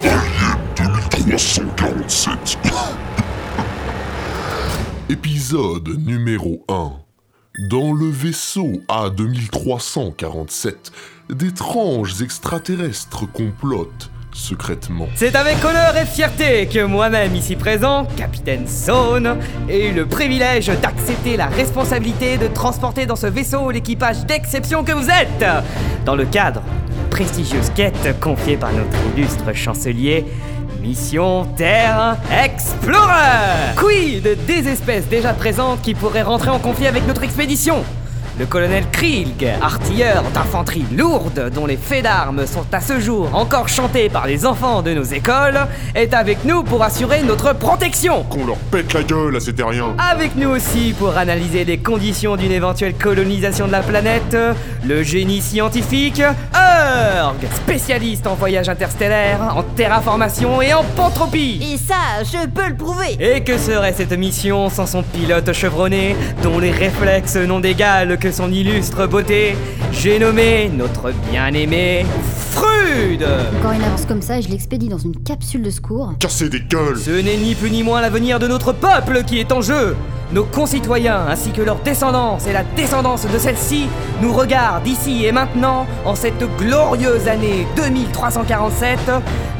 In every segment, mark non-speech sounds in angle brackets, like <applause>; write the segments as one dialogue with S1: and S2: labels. S1: 347. <laughs> Épisode numéro 1. Dans le vaisseau A2347, d'étranges extraterrestres complotent secrètement.
S2: C'est avec honneur et fierté que moi-même ici présent, capitaine Saune, ai eu le privilège d'accepter la responsabilité de transporter dans ce vaisseau l'équipage d'exception que vous êtes Dans le cadre de prestigieuse quête confiée par notre illustre chancelier, Mission Terre Explorer Quid des espèces déjà présentes qui pourraient rentrer en conflit avec notre expédition le colonel Krieg, artilleur d'infanterie lourde dont les faits d'armes sont à ce jour encore chantés par les enfants de nos écoles, est avec nous pour assurer notre protection.
S1: Qu'on leur pète la gueule à ces terriens
S2: Avec nous aussi pour analyser les conditions d'une éventuelle colonisation de la planète, le génie scientifique Urg, spécialiste en voyage interstellaire, en terraformation et en pantropie.
S3: Et ça, je peux le prouver
S2: Et que serait cette mission sans son pilote chevronné, dont les réflexes n'ont d'égal que son illustre beauté J'ai nommé notre bien-aimé Frude
S3: Encore une avance comme ça et je l'expédie dans une capsule de secours.
S1: Casser des gueules
S2: Ce n'est ni plus ni moins l'avenir de notre peuple qui est en jeu Nos concitoyens ainsi que leur descendance et la descendance de celle-ci nous regardent ici et maintenant, en cette glorieuse année 2347,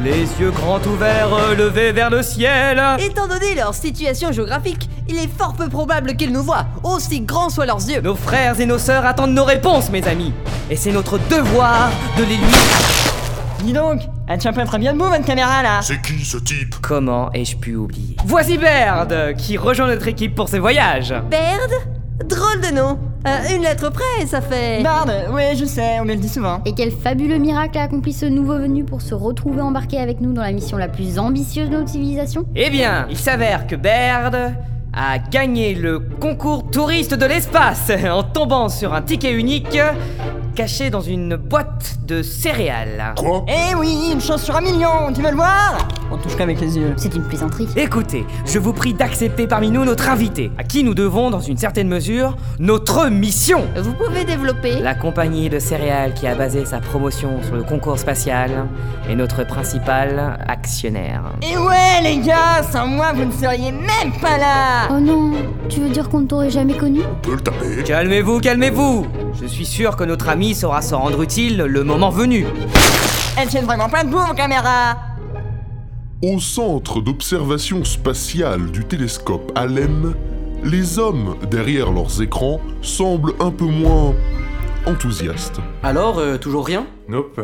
S2: les yeux grands ouverts levés vers le ciel
S3: Étant donné leur situation géographique, il est fort peu probable qu'ils nous voient, aussi grands soient leurs yeux.
S2: Nos frères et nos sœurs attendent nos réponses, mes amis. Et c'est notre devoir de les lui.
S4: Dis donc, elle tient pas très bien de move, votre caméra là
S1: C'est qui ce type
S2: Comment ai-je pu oublier Voici Baird, qui rejoint notre équipe pour ses voyages.
S5: Baird Drôle de nom. Euh, une lettre près, ça fait.
S4: Bard, ouais, je sais, on me le dit souvent.
S3: Et quel fabuleux miracle a accompli ce nouveau venu pour se retrouver embarqué avec nous dans la mission la plus ambitieuse de notre civilisation
S2: Eh bien, il s'avère que Baird a gagné le concours touriste de l'espace <laughs> en tombant sur un ticket unique caché dans une boîte de céréales.
S1: Quoi
S4: Eh oui, une chance sur un million, tu veux le voir On touche qu'avec les yeux.
S3: C'est une plaisanterie.
S2: Écoutez, je vous prie d'accepter parmi nous notre invité, à qui nous devons, dans une certaine mesure, notre mission.
S5: Vous pouvez développer.
S2: La compagnie de céréales qui a basé sa promotion sur le concours spatial est notre principal actionnaire.
S4: Et ouais, les gars, sans moi, vous ne seriez même pas là
S3: Oh non, tu veux dire qu'on ne t'aurait jamais connu
S1: On peut le taper
S2: Calmez-vous, calmez-vous Je suis sûr que notre ami saura s'en rendre utile le moment venu.
S4: Elle tient vraiment pas debout, vos caméras
S1: Au centre d'observation spatiale du télescope Allen, les hommes derrière leurs écrans semblent un peu moins enthousiastes.
S6: Alors, euh, toujours rien
S7: Nope.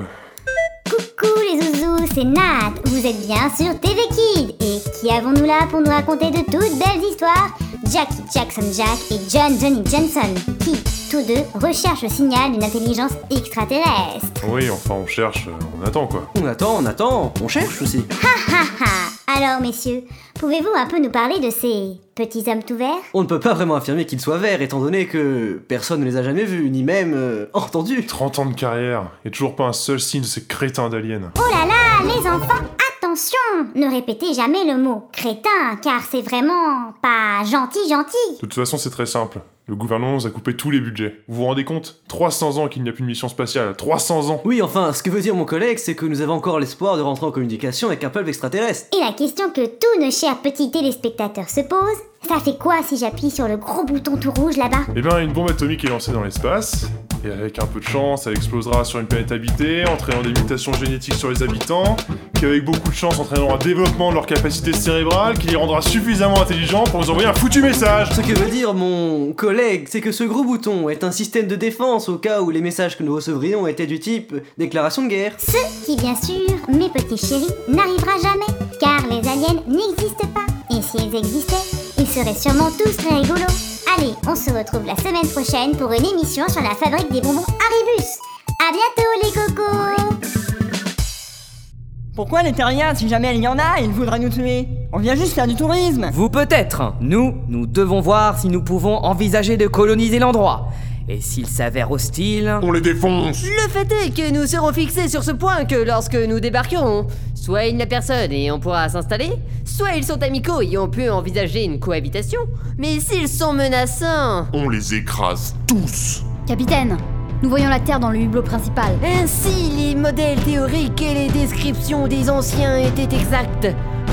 S8: Coucou les zouzous, c'est Nat. Vous êtes bien sur TV Kid. Et qui avons-nous là pour nous raconter de toutes belles histoires Jackie Jackson Jack et John Johnny Johnson, qui, tous deux, recherchent le signal d'une intelligence extraterrestre.
S7: Oui, enfin, on cherche, euh, on attend quoi.
S6: On attend, on attend, on cherche aussi.
S8: Ha ha Alors messieurs, pouvez-vous un peu nous parler de ces petits hommes tout verts
S6: On ne peut pas vraiment affirmer qu'ils soient verts, étant donné que personne ne les a jamais vus, ni même euh, <laughs> entendus.
S7: 30 ans de carrière, et toujours pas un seul signe de ces crétins d'aliens.
S8: Oh là là, les enfants, attention Ne répétez jamais le mot crétin, car c'est vraiment pas gentil gentil.
S7: De toute façon, c'est très simple. Le gouvernement nous a coupé tous les budgets. Vous vous rendez compte 300 ans qu'il n'y a plus de mission spatiale. 300 ans
S6: Oui, enfin, ce que veut dire mon collègue, c'est que nous avons encore l'espoir de rentrer en communication avec un peuple extraterrestre.
S8: Et la question que tous nos chers petits téléspectateurs se posent, ça fait quoi si j'appuie sur le gros bouton tout rouge là-bas
S7: Eh bien, une bombe atomique est lancée dans l'espace, et avec un peu de chance, elle explosera sur une planète habitée, entraînant des mutations génétiques sur les habitants, qui avec beaucoup de chance entraîneront un développement de leur capacité cérébrale qui les rendra suffisamment intelligents pour nous envoyer un foutu message
S6: Ce que veut dire mon collègue, c'est que ce gros bouton est un système de défense au cas où les messages que nous recevrions étaient du type déclaration de guerre.
S8: Ce qui, bien sûr, mes petits chéris, n'arrivera jamais, car les aliens n'existent pas. Et s'ils existaient, ils seraient sûrement tous très rigolos. Allez, on se retrouve la semaine prochaine pour une émission sur la fabrique des bonbons Aribus. À bientôt les cocos
S4: Pourquoi les terriens, si jamais il y en a, ils voudraient nous tuer On vient juste faire du tourisme
S2: Vous peut-être Nous, nous devons voir si nous pouvons envisager de coloniser l'endroit. Et s'il s'avère hostile...
S1: On les défonce
S5: Le fait est que nous serons fixés sur ce point que lorsque nous débarquerons, soit il n'y a personne et on pourra s'installer, soit ils sont amicaux et on peut envisager une cohabitation. Mais s'ils sont menaçants,
S1: On les écrase tous
S3: Capitaine, Nous voyons la Terre dans le hublot principal.
S5: Ainsi, les modèles théoriques et les descriptions des anciens étaient exacts.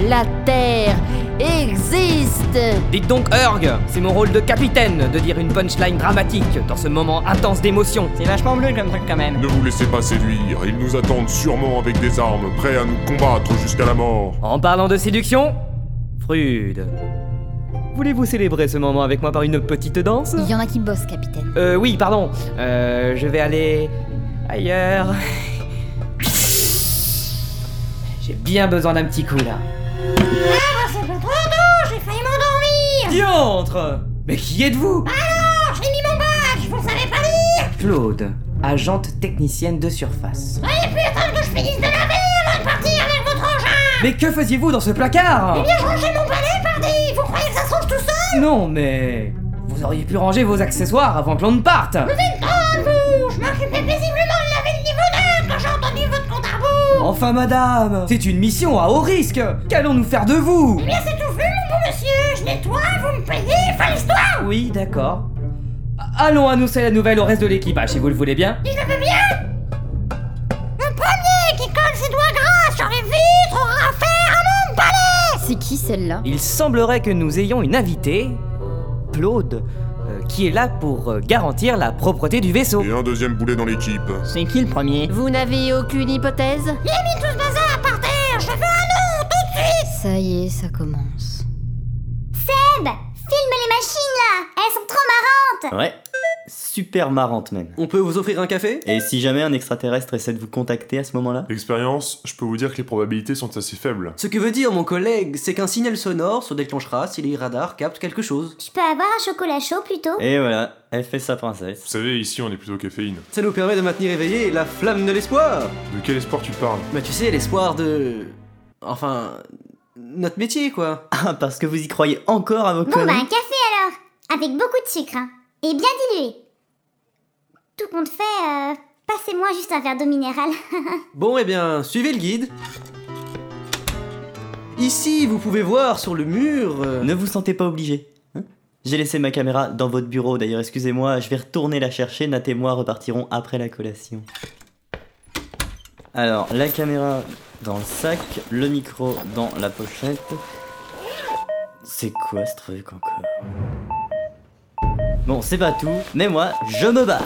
S5: La Terre existe
S2: Dites donc Urg, c'est mon rôle de capitaine de dire une punchline dramatique dans ce moment intense d'émotion.
S4: C'est vachement bleu comme truc quand même.
S1: Ne vous laissez pas séduire, ils nous attendent sûrement avec des armes, prêts à nous combattre jusqu'à la mort.
S2: En parlant de séduction, Frude. Voulez-vous célébrer ce moment avec moi par une petite danse
S3: Il y en a qui bossent, capitaine.
S2: Euh, oui, pardon. Euh, je vais aller ailleurs. J'ai bien besoin d'un petit coup là.
S8: Ah, c'est pas trop tôt, j'ai failli m'endormir
S2: Diantre Mais qui êtes-vous
S8: Alors, j'ai mis mon badge, je vous savais pas dire
S2: Claude, agente technicienne de surface.
S8: Soyez plus temps que je finisse de laver avant de partir avec votre engin
S2: Mais que faisiez-vous dans ce placard
S8: Eh bien, je rangeais mon palais, pardi Vous croyez que ça se range tout seul
S2: Non, mais. Vous auriez pu ranger vos accessoires avant que l'on ne parte
S8: Vous êtes drôle, vous Je m'occupais paisiblement de laver le niveau 9 quand j'ai entendu votre compte à rebours
S2: Enfin, madame C'est une mission à haut risque Qu'allons-nous faire de vous
S8: Eh bien, c'est tout vu, mon beau monsieur Je nettoie, vous me payez, fin l'histoire
S2: Oui, d'accord. A- Allons annoncer la nouvelle au reste de l'équipage, si vous le voulez bien.
S8: Je le veux bien Le premier qui colle ses doigts gras sur les vitres aura affaire à mon palais
S3: C'est qui celle-là
S2: Il semblerait que nous ayons une invitée, Claude, euh, qui est là pour euh, garantir la propreté du vaisseau.
S1: Et un deuxième boulet dans l'équipe.
S4: C'est qui le premier
S5: Vous n'avez aucune hypothèse
S8: Il a mis tout ce bazar par terre Je veux un nom, tout de suite
S3: Ça y est, ça commence.
S8: Seb Filme les machines, là Elles sont trop marrantes
S9: Ouais, super marrante même.
S6: On peut vous offrir un café
S9: Et si jamais un extraterrestre essaie de vous contacter à ce moment-là
S7: D'expérience, je peux vous dire que les probabilités sont assez faibles.
S6: Ce que veut dire, mon collègue, c'est qu'un signal sonore se déclenchera si les radars captent quelque chose.
S8: Je peux avoir un chocolat chaud, plutôt
S9: Et voilà, elle fait sa
S7: Vous
S9: princesse.
S7: savez, ici on est plutôt caféine.
S6: Ça nous permet de maintenir éveillée la flamme de l'espoir
S7: De quel espoir tu parles
S6: Bah tu sais, l'espoir de... Enfin... Notre métier, quoi.
S9: Ah, parce que vous y croyez encore à vos
S8: Bon, bah,
S9: conneries
S8: un café, alors Avec beaucoup de sucre, hein. Et bien dilué Tout compte fait, euh, passez-moi juste un verre d'eau minérale. <laughs>
S6: Bon, eh bien, suivez le guide. Ici, vous pouvez voir sur le mur... euh,
S9: Ne vous sentez pas obligé. hein J'ai laissé ma caméra dans votre bureau, d'ailleurs, excusez-moi, je vais retourner la chercher, Nat et moi repartirons après la collation. Alors, la caméra dans le sac, le micro dans la pochette. C'est quoi ce truc encore Bon, c'est pas tout, mais moi, je me bats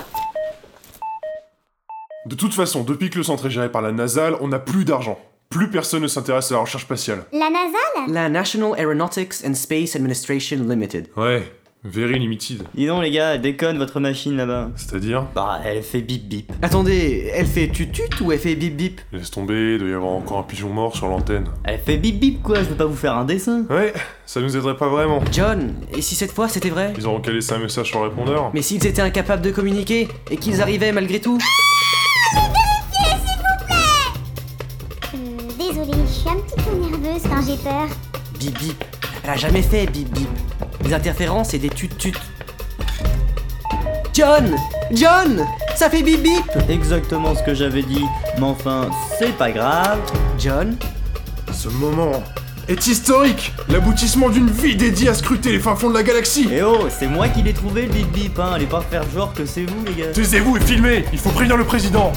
S7: De toute façon, depuis que le centre est géré par la nasale, on n'a plus d'argent. Plus personne ne s'intéresse à la recherche spatiale.
S8: La nasale
S6: La National Aeronautics and Space Administration Limited.
S7: Ouais, very limited.
S9: Dis donc, les gars, elle déconne votre machine là-bas.
S7: C'est-à-dire
S9: Bah, elle fait bip bip.
S6: Attendez, elle fait tutut ou elle fait bip bip
S7: Laisse tomber, il doit y avoir encore un pigeon mort sur l'antenne.
S9: Elle fait bip bip quoi, je veux pas vous faire un dessin.
S7: Ouais, ça nous aiderait pas vraiment.
S6: John, et si cette fois c'était vrai
S7: Ils auront qu'à laisser un message sur le répondeur.
S6: Mais s'ils étaient incapables de communiquer et qu'ils arrivaient malgré tout
S8: Euh, désolée, je suis un petit peu nerveuse quand j'ai peur.
S6: Bip bip. Elle a jamais fait bip bip. Des interférences et des tutut. John John Ça fait bip bip
S9: Exactement ce que j'avais dit, mais enfin, c'est pas grave.
S6: John
S7: Ce moment est historique L'aboutissement d'une vie dédiée à scruter les fins fonds de la galaxie
S9: Et oh, c'est moi qui l'ai trouvé le bip bip, hein, allez pas faire genre que c'est vous les gars.
S7: Taisez-vous et filmez Il faut prévenir le président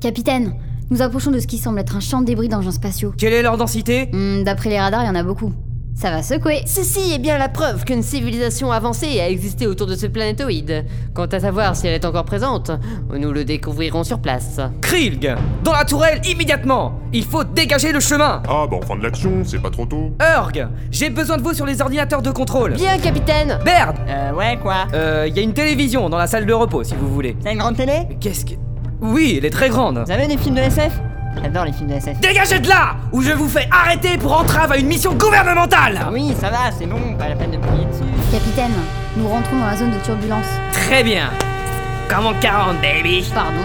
S3: Capitaine, nous approchons de ce qui semble être un champ de débris d'engins spatiaux.
S2: Quelle est leur densité
S3: Hmm, D'après les radars, il y en a beaucoup. Ça va secouer.
S5: Ceci est eh bien la preuve qu'une civilisation avancée a existé autour de ce planétoïde. Quant à savoir si elle est encore présente, nous le découvrirons sur place.
S2: Krilg Dans la tourelle immédiatement Il faut dégager le chemin
S1: Ah bah en fin de l'action, c'est pas trop tôt.
S2: Urg J'ai besoin de vous sur les ordinateurs de contrôle
S5: Bien, capitaine
S2: Baird
S4: Euh, ouais, quoi
S2: Euh, y a une télévision dans la salle de repos si vous voulez.
S4: T'as une grande télé
S2: Mais qu'est-ce que. Oui, elle est très grande
S4: Vous avez des films de SF J'adore les films de SF.
S2: Dégagez de là Ou je vous fais arrêter pour entrave à une mission gouvernementale
S4: Ah Oui, ça va, c'est bon, pas la peine de plier dessus.
S3: Capitaine, nous rentrons dans la zone de turbulence.
S2: Très bien Comme en 40, baby
S3: Pardon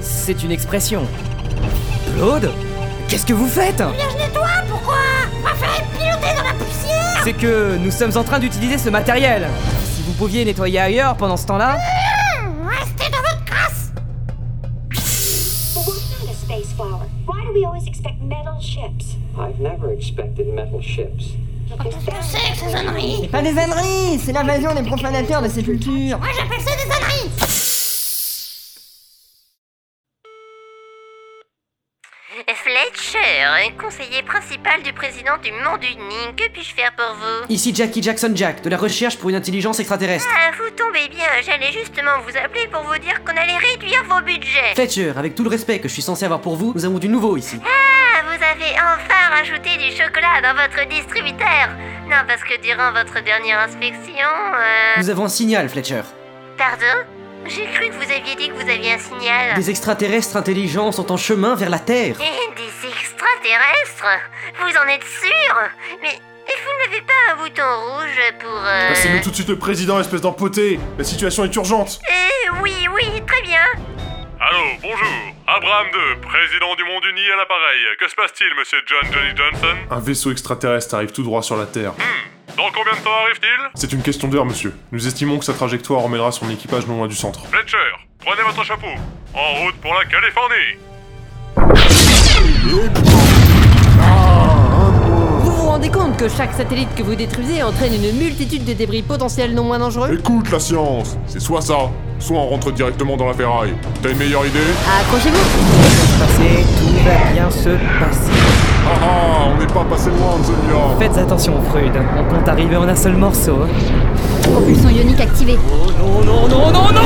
S2: C'est une expression. Claude Qu'est-ce que vous faites
S8: Je nettoie, pourquoi On va faire piloter dans la poussière
S2: C'est que nous sommes en train d'utiliser ce matériel. Si vous pouviez nettoyer ailleurs pendant ce temps-là.
S10: Mmh,
S8: Restez dans votre crasse
S10: But we're not a space flower. Why do we always expect metal ships?
S11: I've never expected metal ships.
S10: Qu'est-ce que c'est que ces âneries
S4: C'est pas des âneries, c'est l'invasion des profanateurs de ces cultures.
S10: Moi j'appelle ça des âneries
S11: Fletcher, conseiller principal du président du monde uni, que puis-je faire pour vous
S6: Ici Jackie Jackson Jack, de la recherche pour une intelligence extraterrestre.
S11: Ah, vous tombez bien, j'allais justement vous appeler pour vous dire qu'on allait réduire vos budgets.
S6: Fletcher, avec tout le respect que je suis censé avoir pour vous, nous avons du nouveau ici.
S11: Ah, vous avez enfin rajouté du chocolat dans votre distributeur. Non, parce que durant votre dernière inspection... euh,
S6: Nous avons un signal, Fletcher.
S11: Pardon J'ai cru que vous aviez dit que vous aviez un signal.
S6: Des extraterrestres intelligents sont en chemin vers la Terre.
S11: Et des extraterrestres Vous en êtes sûr Mais vous n'avez pas un bouton rouge pour... euh,
S6: Bah,
S7: Passez-nous tout de suite le président, espèce d'empoté La situation est urgente
S11: Eh oui, oui, très bien.
S12: Allô, bonjour. Abraham 2, président du monde uni à l'appareil. Que se passe-t-il, monsieur John Johnny Johnson
S7: Un vaisseau extraterrestre arrive tout droit sur la Terre.
S12: Dans combien de temps arrive-t-il
S7: C'est une question d'heure, monsieur. Nous estimons que sa trajectoire emmènera son équipage non loin du centre.
S12: Fletcher, prenez votre chapeau. En route pour la Californie.
S5: Vous vous rendez compte que chaque satellite que vous détruisez entraîne une multitude de débris potentiels non moins dangereux
S1: Écoute la science, c'est soit ça, soit on rentre directement dans la ferraille. T'as une meilleure idée
S5: Accrochez-vous
S2: Passez, tout va bien se passer.
S1: Ah ah, on n'est pas passé loin de celui-là
S2: Faites attention, Freud, on compte arriver en un seul morceau.
S3: Propulsion ionique activée.
S2: Oh, Non, non, non, non, non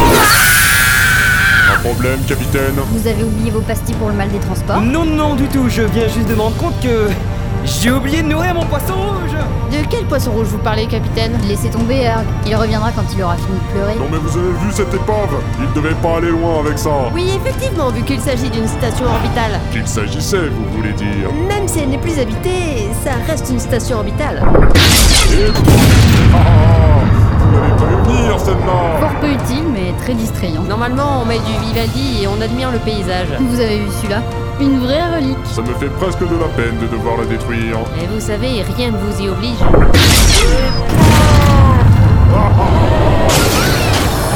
S1: Un problème, capitaine
S3: Vous avez oublié vos pastilles pour le mal des transports
S2: Non, non, du tout, je viens juste de me rendre compte que... J'ai oublié de nourrir mon poisson rouge
S5: De quel poisson rouge vous parlez, capitaine
S3: Laissez tomber, Herg. Il reviendra quand il aura fini de pleurer.
S1: Non mais vous avez vu cette épave Il devait pas aller loin avec ça
S5: Oui, effectivement, vu qu'il s'agit d'une station orbitale.
S1: Qu'il s'agissait, vous voulez dire
S5: Même si elle n'est plus habitée, ça reste une station orbitale.
S1: Ah Vous n'avez pas vu venir, celle-là
S3: Fort peu utile, mais très distrayant.
S5: Normalement, on met du Vivaldi et on admire le paysage.
S3: Vous avez vu celui-là Une vraie relique.
S1: Ça me fait presque de la peine de devoir la détruire.
S5: Mais vous savez, rien ne vous y oblige.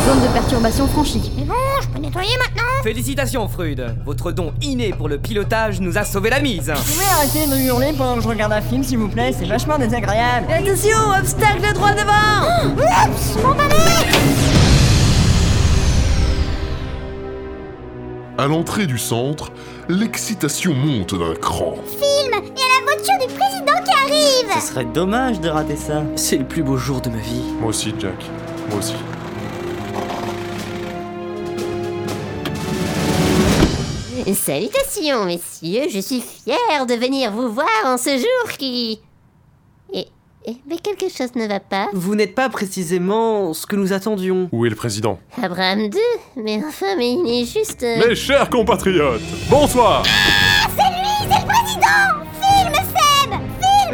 S3: Zone de perturbation franchie.
S10: Bon, je peux nettoyer maintenant
S2: Félicitations, Freud Votre don inné pour le pilotage nous a sauvé la mise
S4: Vous pouvez arrêter de me hurler pendant que je regarde un film, s'il vous plaît, c'est vachement désagréable.
S5: Attention, obstacle de droit devant
S1: À l'entrée du centre, l'excitation monte d'un cran.
S8: Film et à la voiture du président qui arrive
S9: Ce serait dommage de rater ça.
S6: C'est le plus beau jour de ma vie.
S7: Moi aussi, Jack. Moi aussi.
S11: Salutations, messieurs, je suis fière de venir vous voir en ce jour qui... Eh, eh, mais quelque chose ne va pas.
S6: Vous n'êtes pas précisément ce que nous attendions.
S7: Où est le président
S11: Abraham 2, mais enfin, mais il est juste... euh,
S7: Mes chers compatriotes, bonsoir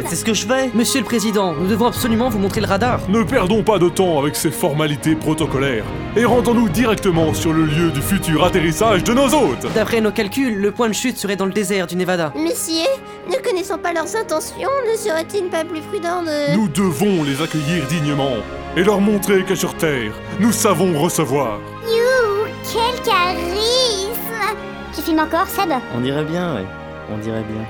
S9: C'est ce que je fais
S6: Monsieur le Président, nous devons absolument vous montrer le radar.
S7: Ne perdons pas de temps avec ces formalités protocolaires et rendons-nous directement sur le lieu du futur atterrissage de nos hôtes
S6: D'après nos calculs, le point de chute serait dans le désert du Nevada.
S11: Messieurs, ne connaissant pas leurs intentions, ne serait-il pas plus prudent de...
S7: Nous devons les accueillir dignement et leur montrer que sur Terre, nous savons recevoir.
S8: You, quel charisme Tu filmes encore, Seb
S9: On dirait bien, ouais. On dirait bien.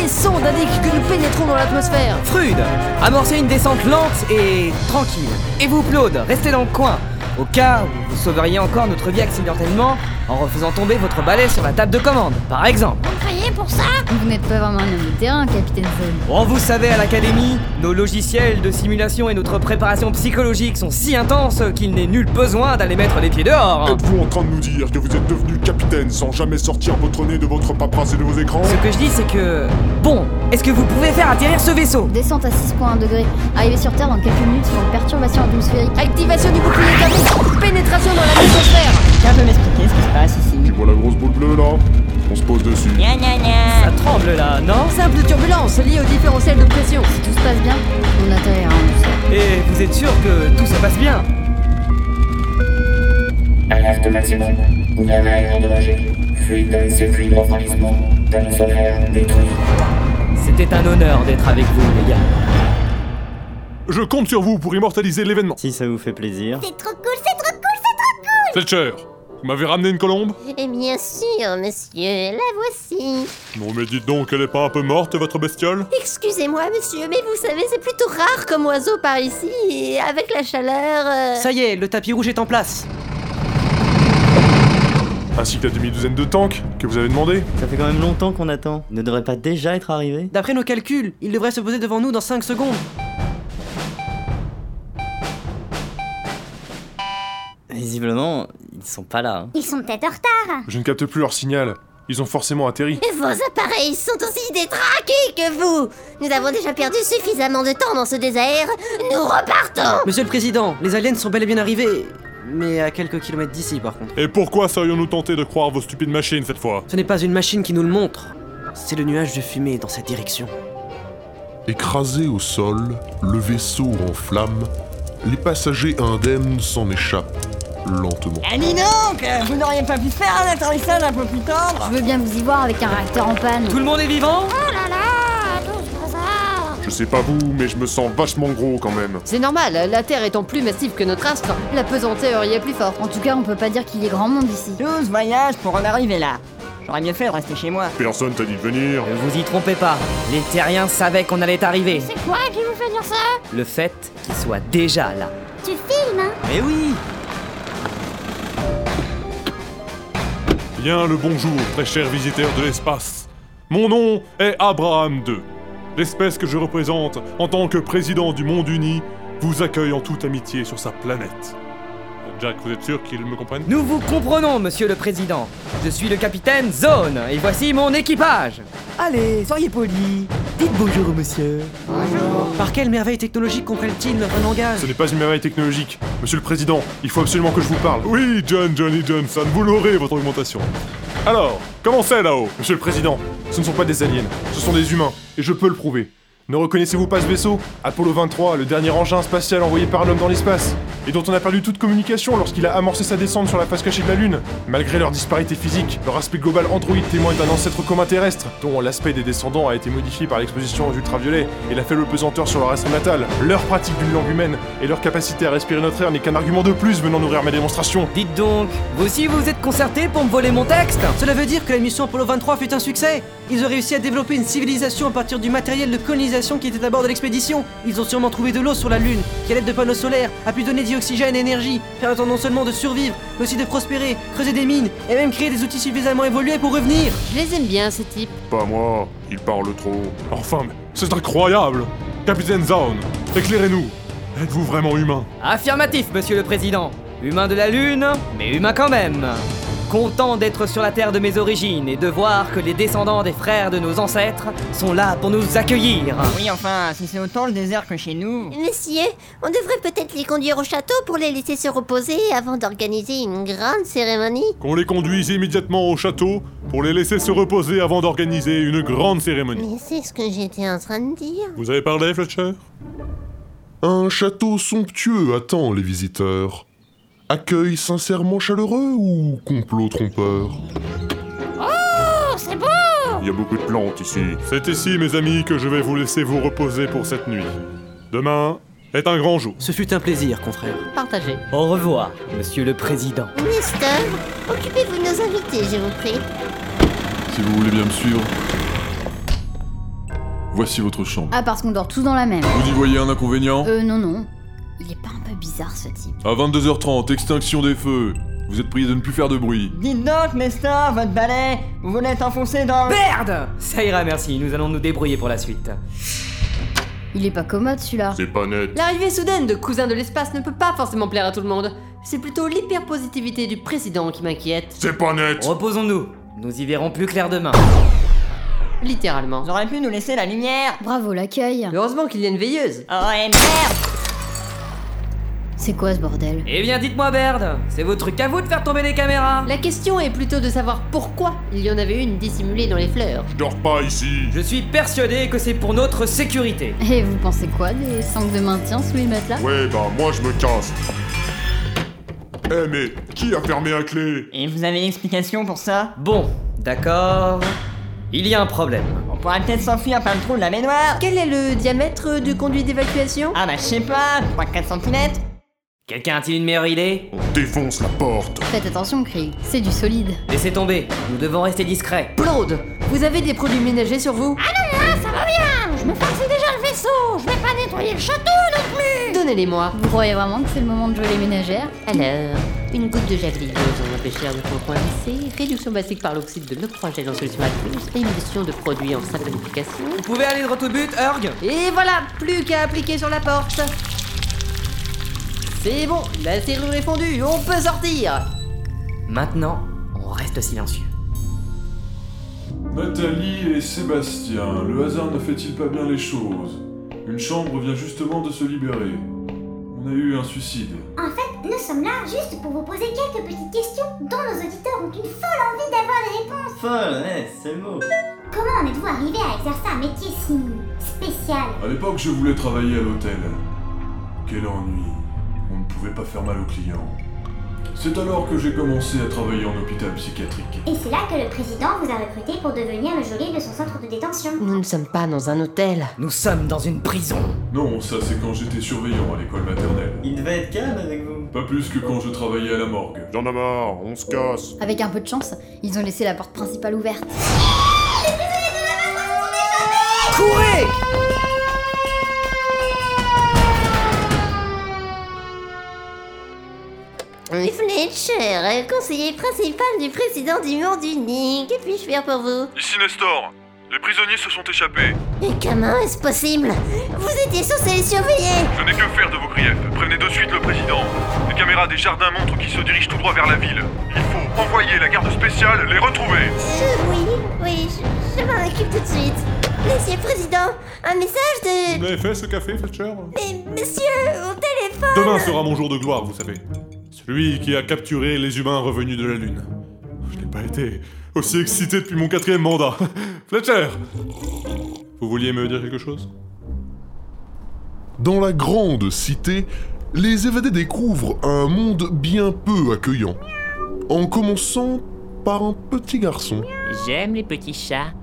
S5: Les sondes indiquent que nous pénétrons dans l'atmosphère.
S2: Freud, amorcez une descente lente et tranquille. Et vous, Claude, restez dans le coin. Au cas où vous sauveriez encore notre vie accidentellement en refaisant tomber votre balai sur la table de commande, par exemple.
S10: Vous me payez pour ça
S3: Vous n'êtes pas vraiment un homme de terrain, capitaine Zone.
S2: Bon, Oh, vous savez, à l'académie, nos logiciels de simulation et notre préparation psychologique sont si intenses qu'il n'est nul besoin d'aller mettre les pieds dehors. hein.
S1: Êtes-vous en train de nous dire que vous êtes devenu capitaine sans jamais sortir votre nez de votre paperasse et de vos écrans
S2: Ce que je dis, c'est que. Bon, est-ce que vous pouvez faire atterrir ce vaisseau
S3: Descente à 6.1 degré. Arrivée sur Terre dans quelques minutes sur une perturbation atmosphérique.
S5: Activation du bouclier thermique. Pénétration dans l'atmosphère.
S4: Quelqu'un peut m'expliquer ce qui se passe
S1: Tu
S4: ici
S1: vois la grosse boule bleue là On se pose dessus.
S4: Gna gna
S2: Ça
S4: gna.
S2: tremble là, non
S5: Simple turbulence liée au différentiel de pression.
S3: Si tout se passe bien, on atterrira en douceur.
S2: Et vous êtes sûr que tout se passe bien
S13: Alerte maximum. Gouvernail endommagé. Fuite d'un circuit d'enfantissement. Panneau solaire détruit.
S2: C'était un honneur d'être avec vous, les gars.
S7: Je compte sur vous pour immortaliser l'événement.
S9: Si ça vous fait plaisir.
S8: C'est trop cool, c'est trop cool, c'est trop
S7: Fletcher, Vous m'avez ramené une colombe
S11: Et Eh bien sûr, monsieur, la voici.
S7: Non mais dites donc, elle est pas un peu morte votre bestiole
S11: Excusez-moi, monsieur, mais vous savez, c'est plutôt rare comme oiseau par ici, et avec la chaleur. euh,
S6: Ça y est, le tapis rouge est en place.
S7: Ainsi que la demi-douzaine de tanks que vous avez demandé.
S9: Ça fait quand même longtemps qu'on attend. Il ne devrait pas déjà être arrivé
S6: D'après nos calculs, il devrait se poser devant nous dans 5 secondes.
S9: Visiblement, ils sont pas là. hein.
S8: Ils sont peut-être en retard.
S7: Je ne capte plus leur signal. Ils ont forcément atterri.
S11: Vos appareils sont aussi détraqués que vous Nous avons déjà perdu suffisamment de temps dans ce désert, nous repartons
S6: Monsieur le Président, les aliens sont bel et bien arrivés, mais à quelques kilomètres d'ici par contre.
S7: Et pourquoi serions-nous tentés de croire vos stupides machines cette fois
S6: Ce n'est pas une machine qui nous le montre, c'est le nuage de fumée dans cette direction.
S1: Écrasé au sol, le vaisseau en flammes, les passagers indemnes s'en échappent lentement.
S4: Ah dis donc Vous n'auriez pas pu faire un atterrissage un peu plus tendre
S3: Je veux bien vous y voir avec un réacteur en panne.
S6: Tout le monde est vivant
S10: Oh là là, tout ce bazar
S7: Je sais pas vous, mais je me sens vachement gros quand même.
S5: C'est normal, la Terre étant plus massive que notre astre, la pesanteur y est plus forte.
S3: En tout cas, on peut pas dire qu'il y ait grand monde ici.
S4: 12 voyages pour en arriver là. J'aurais mieux fait de rester chez moi.
S7: Personne t'a dit de venir.
S2: Ne vous y trompez pas, les terriens savaient qu'on allait arriver.
S10: C'est quoi qui vous fait dire ça
S2: Le fait qu'ils soient déjà là.
S8: Tu filmes, hein
S9: Mais oui
S7: Bien le bonjour, très chers visiteurs de l'espace. Mon nom est Abraham II. L'espèce que je représente en tant que président du monde uni vous accueille en toute amitié sur sa planète. Euh, Jack, vous êtes sûr qu'ils me comprennent
S2: Nous vous comprenons, monsieur le président. Je suis le capitaine Zone, et voici mon équipage. Allez, soyez polis. Dites bonjour au monsieur.
S6: Par quelle merveille technologique comprennent-ils notre langage
S7: Ce n'est pas une merveille technologique. Monsieur le Président, il faut absolument que je vous parle. Oui, John, Johnny Johnson, vous l'aurez, votre augmentation. Alors, comment c'est là-haut Monsieur le Président, ce ne sont pas des aliens, ce sont des humains, et je peux le prouver. Ne reconnaissez-vous pas ce vaisseau Apollo 23, le dernier engin spatial envoyé par l'homme dans l'espace, et dont on a perdu toute communication lorsqu'il a amorcé sa descente sur la face cachée de la Lune. Malgré leur disparité physique, leur aspect global androïde témoigne d'un ancêtre commun terrestre, dont l'aspect des descendants a été modifié par l'exposition aux ultraviolets et la faible pesanteur sur leur astre natal. Leur pratique d'une langue humaine et leur capacité à respirer notre air n'est qu'un argument de plus venant nourrir ma démonstration.
S2: Dites donc, vous aussi vous êtes concertés pour me voler mon texte
S6: Cela veut dire que la mission Apollo 23 fut un succès Ils ont réussi à développer une civilisation à partir du matériel de colonisation qui était à bord de l'expédition. Ils ont sûrement trouvé de l'eau sur la Lune, qui à l'aide de panneaux solaires a pu donner d'oxygène et énergie, permettant non seulement de survivre, mais aussi de prospérer, creuser des mines et même créer des outils suffisamment évolués pour revenir.
S5: Je les aime bien, ces types.
S12: Pas moi, il parle trop.
S7: Enfin, mais c'est incroyable Capitaine Zaun, éclairez-nous Êtes-vous vraiment humain
S2: Affirmatif, monsieur le président. Humain de la Lune, mais humain quand même. Content d'être sur la terre de mes origines et de voir que les descendants des frères de nos ancêtres sont là pour nous accueillir.
S4: Oui, enfin, Ah, si c'est autant le désert que chez nous.
S11: Messieurs, on devrait peut-être les conduire au château pour les laisser se reposer avant d'organiser une grande cérémonie.
S7: Qu'on les conduise immédiatement au château pour les laisser se reposer avant d'organiser une grande cérémonie.
S11: Mais c'est ce que j'étais en train de dire.
S7: Vous avez parlé, Fletcher
S1: Un château somptueux attend les visiteurs. Accueil sincèrement chaleureux ou complot trompeur
S10: Oh, c'est beau
S12: Il y a beaucoup de plantes ici.
S7: C'est ici, mes amis, que je vais vous laisser vous reposer pour cette nuit. Demain est un grand jour.
S6: Ce fut un plaisir, confrère.
S5: Partagez.
S2: Au revoir, monsieur le président.
S11: Mister, occupez-vous de nos invités, je vous prie.
S1: Si vous voulez bien me suivre. Voici votre chambre.
S3: Ah, parce qu'on dort tous dans la même.
S1: Vous y voyez un inconvénient
S3: Euh, non, non. Il est pas un peu bizarre ce type.
S1: À 22h30, extinction des feux. Vous êtes priés de ne plus faire de bruit.
S4: Dites donc, Mestin, votre balai, vous voulez être enfoncé dans... le-
S2: Merde Ça ira, merci, nous allons nous débrouiller pour la suite.
S3: Il est pas commode celui-là.
S12: C'est pas net.
S5: L'arrivée soudaine de Cousin de l'espace ne peut pas forcément plaire à tout le monde. C'est plutôt l'hyperpositivité du président qui m'inquiète.
S12: C'est pas net.
S2: Reposons-nous, nous y verrons plus clair demain.
S5: Littéralement.
S4: Vous auriez pu nous laisser la lumière
S3: Bravo l'accueil.
S5: Heureusement qu'il y a une veilleuse.
S4: Oh, et merde
S3: C'est quoi ce bordel
S2: Eh bien, dites-moi, Baird, c'est votre truc à vous de faire tomber les caméras
S5: La question est plutôt de savoir pourquoi il y en avait une dissimulée dans les fleurs.
S12: Je dors pas ici.
S2: Je suis persuadé que c'est pour notre sécurité.
S3: Et vous pensez quoi des sangles de maintien sous les matelas
S12: Ouais, bah moi je me casse. Eh mais, qui a fermé la clé
S4: Et vous avez une explication pour ça
S2: Bon, d'accord. Il y a un problème.
S4: On pourrait peut-être s'enfuir par le trou de la baignoire
S5: Quel est le diamètre du conduit d'évacuation
S4: Ah bah je sais pas, 3-4 cm
S2: Quelqu'un a-t-il une meilleure idée
S14: On défonce la porte
S3: Faites attention, Krieg, c'est du solide.
S2: Laissez tomber, nous devons rester discrets.
S5: Claude, vous avez des produits ménagers sur vous
S10: Ah non, hein, ça va bien Je me farcis déjà le vaisseau Je vais pas nettoyer le château non plus
S5: Donnez-les-moi.
S3: Vous croyez vraiment que c'est le moment de jouer les ménagères
S5: Alors, une goutte de javeline aux empêcheur de coincer, réduction basique par l'oxyde de l'oprogène en solution aqueuse, émulsion de produits en saponification.
S2: Vous pouvez aller droit au but, Urg
S5: Et voilà, plus qu'à appliquer sur la porte. C'est bon, la serrure est fondue, on peut sortir
S2: Maintenant, on reste silencieux.
S7: Nathalie et Sébastien, le hasard ne fait-il pas bien les choses Une chambre vient justement de se libérer. On a eu un suicide.
S8: En fait, nous sommes là juste pour vous poser quelques petites questions dont nos auditeurs ont une folle envie d'avoir des réponses.
S9: Folle, ouais, c'est le mot.
S8: Comment en êtes-vous arrivé à exercer un métier si spécial
S7: À l'époque, je voulais travailler à l'hôtel. Quel ennui. On ne pouvait pas faire mal aux clients. C'est alors que j'ai commencé à travailler en hôpital psychiatrique.
S8: Et c'est là que le président vous a recruté pour devenir le geôlier de son centre de détention.
S5: Nous ne sommes pas dans un hôtel.
S2: Nous sommes dans une prison.
S7: Non, ça c'est quand j'étais surveillant à l'école maternelle.
S9: Il devait être calme avec vous.
S7: Pas plus que quand je travaillais à la morgue.
S14: J'en ai marre, on se casse
S3: Avec un peu de chance, ils ont laissé la porte principale ouverte.
S2: Courez
S11: Oui, Fletcher, conseiller principal du président du monde unique, que puis-je faire pour vous
S12: Ici Nestor, les prisonniers se sont échappés.
S11: Et comment est-ce possible Vous étiez censé les surveiller
S12: Je n'ai que faire de vos griefs. Prévenez de suite le président. Les caméras des jardins montrent qu'ils se dirigent tout droit vers la ville. Il faut envoyer la garde spéciale les retrouver.
S11: Euh, Oui, oui, je, je m'en occupe tout de suite. Monsieur le Président, un message de...
S7: Vous avez fait ce café, Fletcher
S11: Mais monsieur, au téléphone
S7: Demain sera mon jour de gloire, vous savez. Celui qui a capturé les humains revenus de la Lune. Je n'ai pas été aussi excité depuis mon quatrième mandat. <laughs> Fletcher Vous vouliez me dire quelque chose
S1: Dans la grande cité, les évadés découvrent un monde bien peu accueillant. En commençant par un petit garçon.
S15: J'aime les petits chats.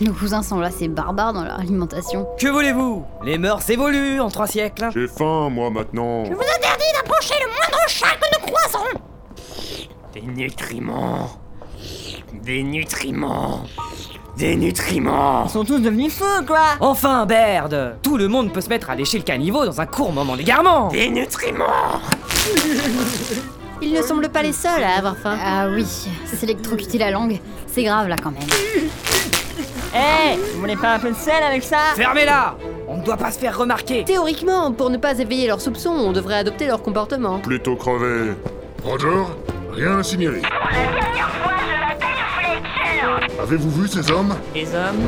S3: Nos cousins sont là, c'est barbares dans leur alimentation.
S2: Que voulez-vous Les mœurs évoluent en trois siècles.
S14: J'ai faim, moi, maintenant
S10: Je vous interdis d'approcher le moindre chat que nous croisons
S15: Des nutriments. Des nutriments. Des nutriments.
S4: Ils sont tous devenus fous, quoi
S2: Enfin, Baird Tout le monde peut se mettre à lécher le caniveau dans un court moment d'égarement
S15: Des nutriments.
S5: Ils ne semblent pas les seuls à avoir faim.
S3: Ah oui, s'électrocuter la langue, c'est grave là quand même.
S4: Eh, vous voulez pas un peu de sel avec ça
S2: Fermez-la On ne doit pas se faire remarquer
S5: Théoriquement, pour ne pas éveiller leurs soupçons, on devrait adopter leur comportement.
S14: Plutôt crevé. Roger, rien à signaler.
S10: La dernière fois, je m'appelle Fletcher
S14: Avez-vous vu ces hommes
S15: Des hommes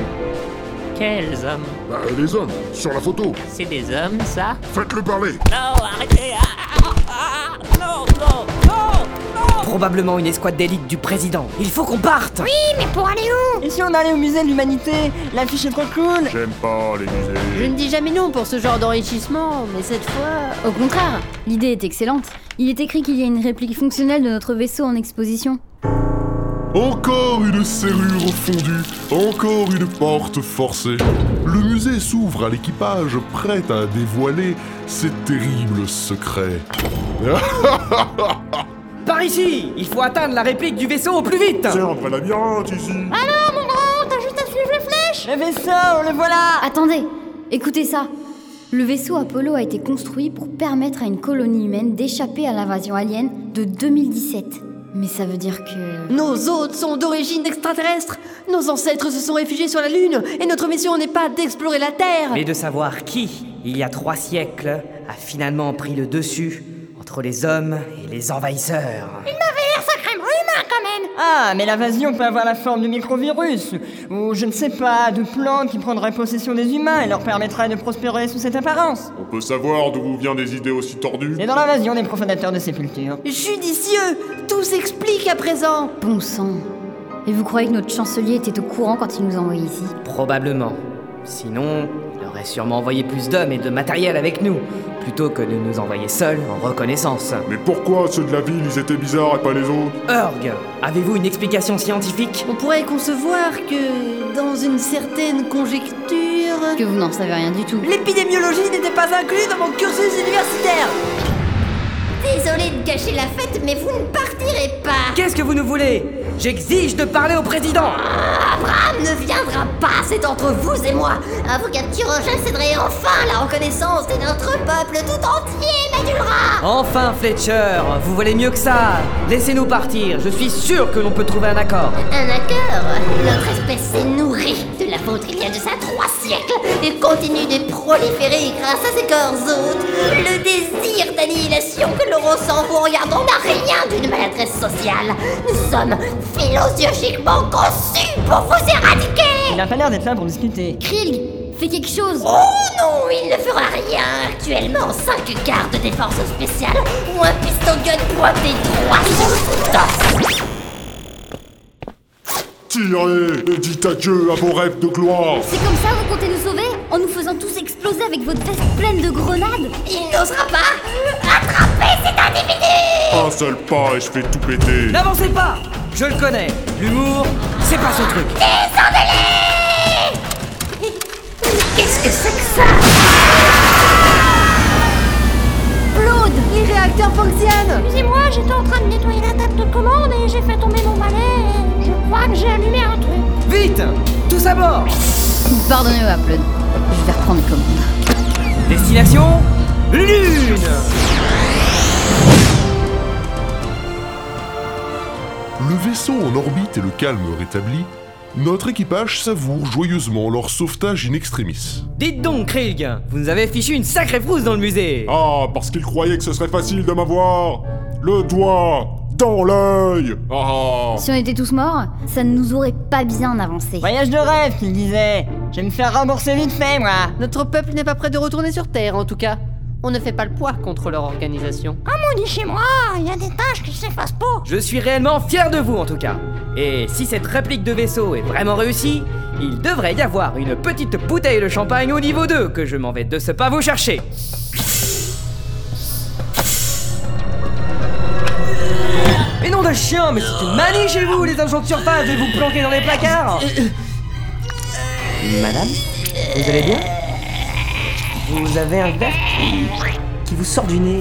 S15: Quels hommes
S14: Bah,
S1: euh,
S14: les hommes, sur la photo.
S15: C'est des hommes, ça
S14: Faites-le parler
S15: Non, arrêtez ah, ah, ah, Non, non, non, non
S2: Probablement une escouade d'élite du président. Il faut qu'on parte
S10: Oui, mais pour aller où
S4: Et si on allait au musée de l'humanité L'affiche est trop cool
S14: J'aime pas les
S5: Je
S14: musées.
S5: ne dis jamais non pour ce genre d'enrichissement, mais cette fois...
S3: Au contraire, l'idée est excellente. Il est écrit qu'il y a une réplique fonctionnelle de notre vaisseau en exposition.
S1: Encore une serrure fondue, encore une porte forcée. Le musée s'ouvre à l'équipage prêt à dévoiler ses
S14: <laughs>
S1: terribles secrets.
S2: <laughs> Par ici Il faut atteindre la réplique du vaisseau au plus vite
S14: C'est un vrai labyrinthe, ici
S10: Alors, Ah mon grand, t'as juste à suivre les flèches
S4: Le vaisseau, le voilà
S3: Attendez, écoutez ça. Le vaisseau Apollo a été construit pour permettre à une colonie humaine d'échapper à l'invasion alien de 2017. Mais ça veut dire que...
S5: Nos hôtes sont d'origine extraterrestre Nos ancêtres se sont réfugiés sur la Lune Et notre mission n'est pas d'explorer la Terre
S2: Mais de savoir qui, il y a trois siècles, a finalement pris le dessus entre les hommes et les envahisseurs.
S10: Il m'avait l'air sacrément humain, quand même
S4: Ah, mais l'invasion peut avoir la forme de microvirus, ou je ne sais pas, de plantes qui prendraient possession des humains et leur permettraient de prospérer sous cette apparence.
S14: On peut savoir d'où vous vient des idées aussi tordues
S4: C'est dans l'invasion des profanateurs de sépultures.
S5: Judicieux Tout s'explique à présent
S3: Bon sang. Et vous croyez que notre chancelier était au courant quand il nous a envoyés ici
S2: Probablement. Sinon, il aurait sûrement envoyé plus d'hommes et de matériel avec nous, plutôt que de nous envoyer seuls en reconnaissance.
S14: Mais pourquoi ceux de la ville, ils étaient bizarres et pas les autres
S2: Urg, avez-vous une explication scientifique
S5: On pourrait concevoir que, dans une certaine conjecture,
S3: Que vous n'en savez rien du tout.
S16: L'épidémiologie n'était pas inclue dans mon cursus universitaire
S11: Désolé de gâcher la fête, mais vous ne partirez pas
S2: Qu'est-ce que vous nous voulez J'exige de parler au président
S11: Abraham ne viendra pas, c'est entre vous et moi Avocat Turogel céderait enfin la reconnaissance de notre peuple tout entier, Madulra
S2: Enfin, Fletcher, vous valez mieux que ça Laissez-nous partir, je suis sûr que l'on peut trouver un accord
S11: Un accord Notre espèce s'est nourrie de la vôtre il y a de ça trois siècles et continue de proliférer grâce à ses corps hôtes. Le désir d'annihilation que l'on ressent en vous regardant n'a rien d'une maladresse sociale. Nous sommes philosophiquement conçus pour vous éradiquer
S4: Il n'a pas l'air d'être là pour discuter.
S3: Krill, fais quelque chose
S11: Oh non, il ne fera rien Actuellement, cinq gardes des forces spéciales ou un piston gun pointé droit sur le torse.
S1: Tirez et dites adieu à vos rêves de gloire
S3: C'est comme ça vous comptez nous sauver En nous faisant tous exploser avec votre veste pleine de grenades
S11: Il n'osera pas attraper cet individu
S1: Un seul pas et je fais tout péter
S2: N'avancez pas Je le connais, l'humour, c'est pas son truc
S11: Descendez-les Qu'est-ce que c'est que ça
S16: Claude Les réacteurs fonctionnent
S10: Excusez-moi, j'étais en train de nettoyer la table de commande et j'ai fait tomber mon balai et je crois que j'ai allumé un truc.
S2: Vite Tous à bord
S3: Pardonnez-moi, Upload. Je vais reprendre les commandes.
S2: Destination Lune
S1: Le vaisseau en orbite et le calme rétabli, notre équipage savoure joyeusement leur sauvetage in extremis.
S2: Dites donc, Krieg, vous nous avez fichu une sacrée frousse dans le musée
S1: Ah, parce qu'il croyait que ce serait facile de m'avoir Le doigt dans l'œil
S7: Oh.
S1: Ah
S3: Si on était tous morts, ça ne nous aurait pas bien avancé.
S4: Voyage de rêve, qu'il disait Je vais me faire rembourser vite fait, moi
S5: Notre peuple n'est pas prêt de retourner sur Terre, en tout cas. On ne fait pas le poids contre leur organisation.
S10: Comme on dit Ah, chez moi, il y a des tâches qui s'effacent pas.
S2: Je suis réellement fier de vous en tout cas. Et si cette réplique de vaisseau est vraiment réussie, il devrait y avoir une petite bouteille de champagne au niveau 2 que je m'en vais de ce pas vous chercher. Mais nom de chien, mais c'est une manie chez vous, les agents de surface, de vous planquer dans les placards
S6: Madame, vous allez bien Vous avez un verre qui, qui vous sort du nez.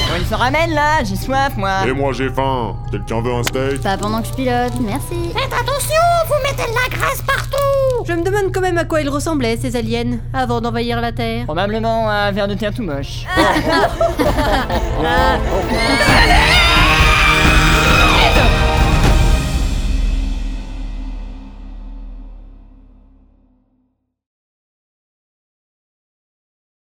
S4: Bon, il se ramène là, j'ai soif, moi
S1: Et moi j'ai faim Quelqu'un veut un steak
S3: Pas pendant que je pilote, merci.
S10: Faites attention, vous mettez de la graisse partout
S5: Je me demande quand même à quoi ils ressemblaient, ces aliens, avant d'envahir la Terre. <laughs>
S4: Probablement un verre de terre tout moche.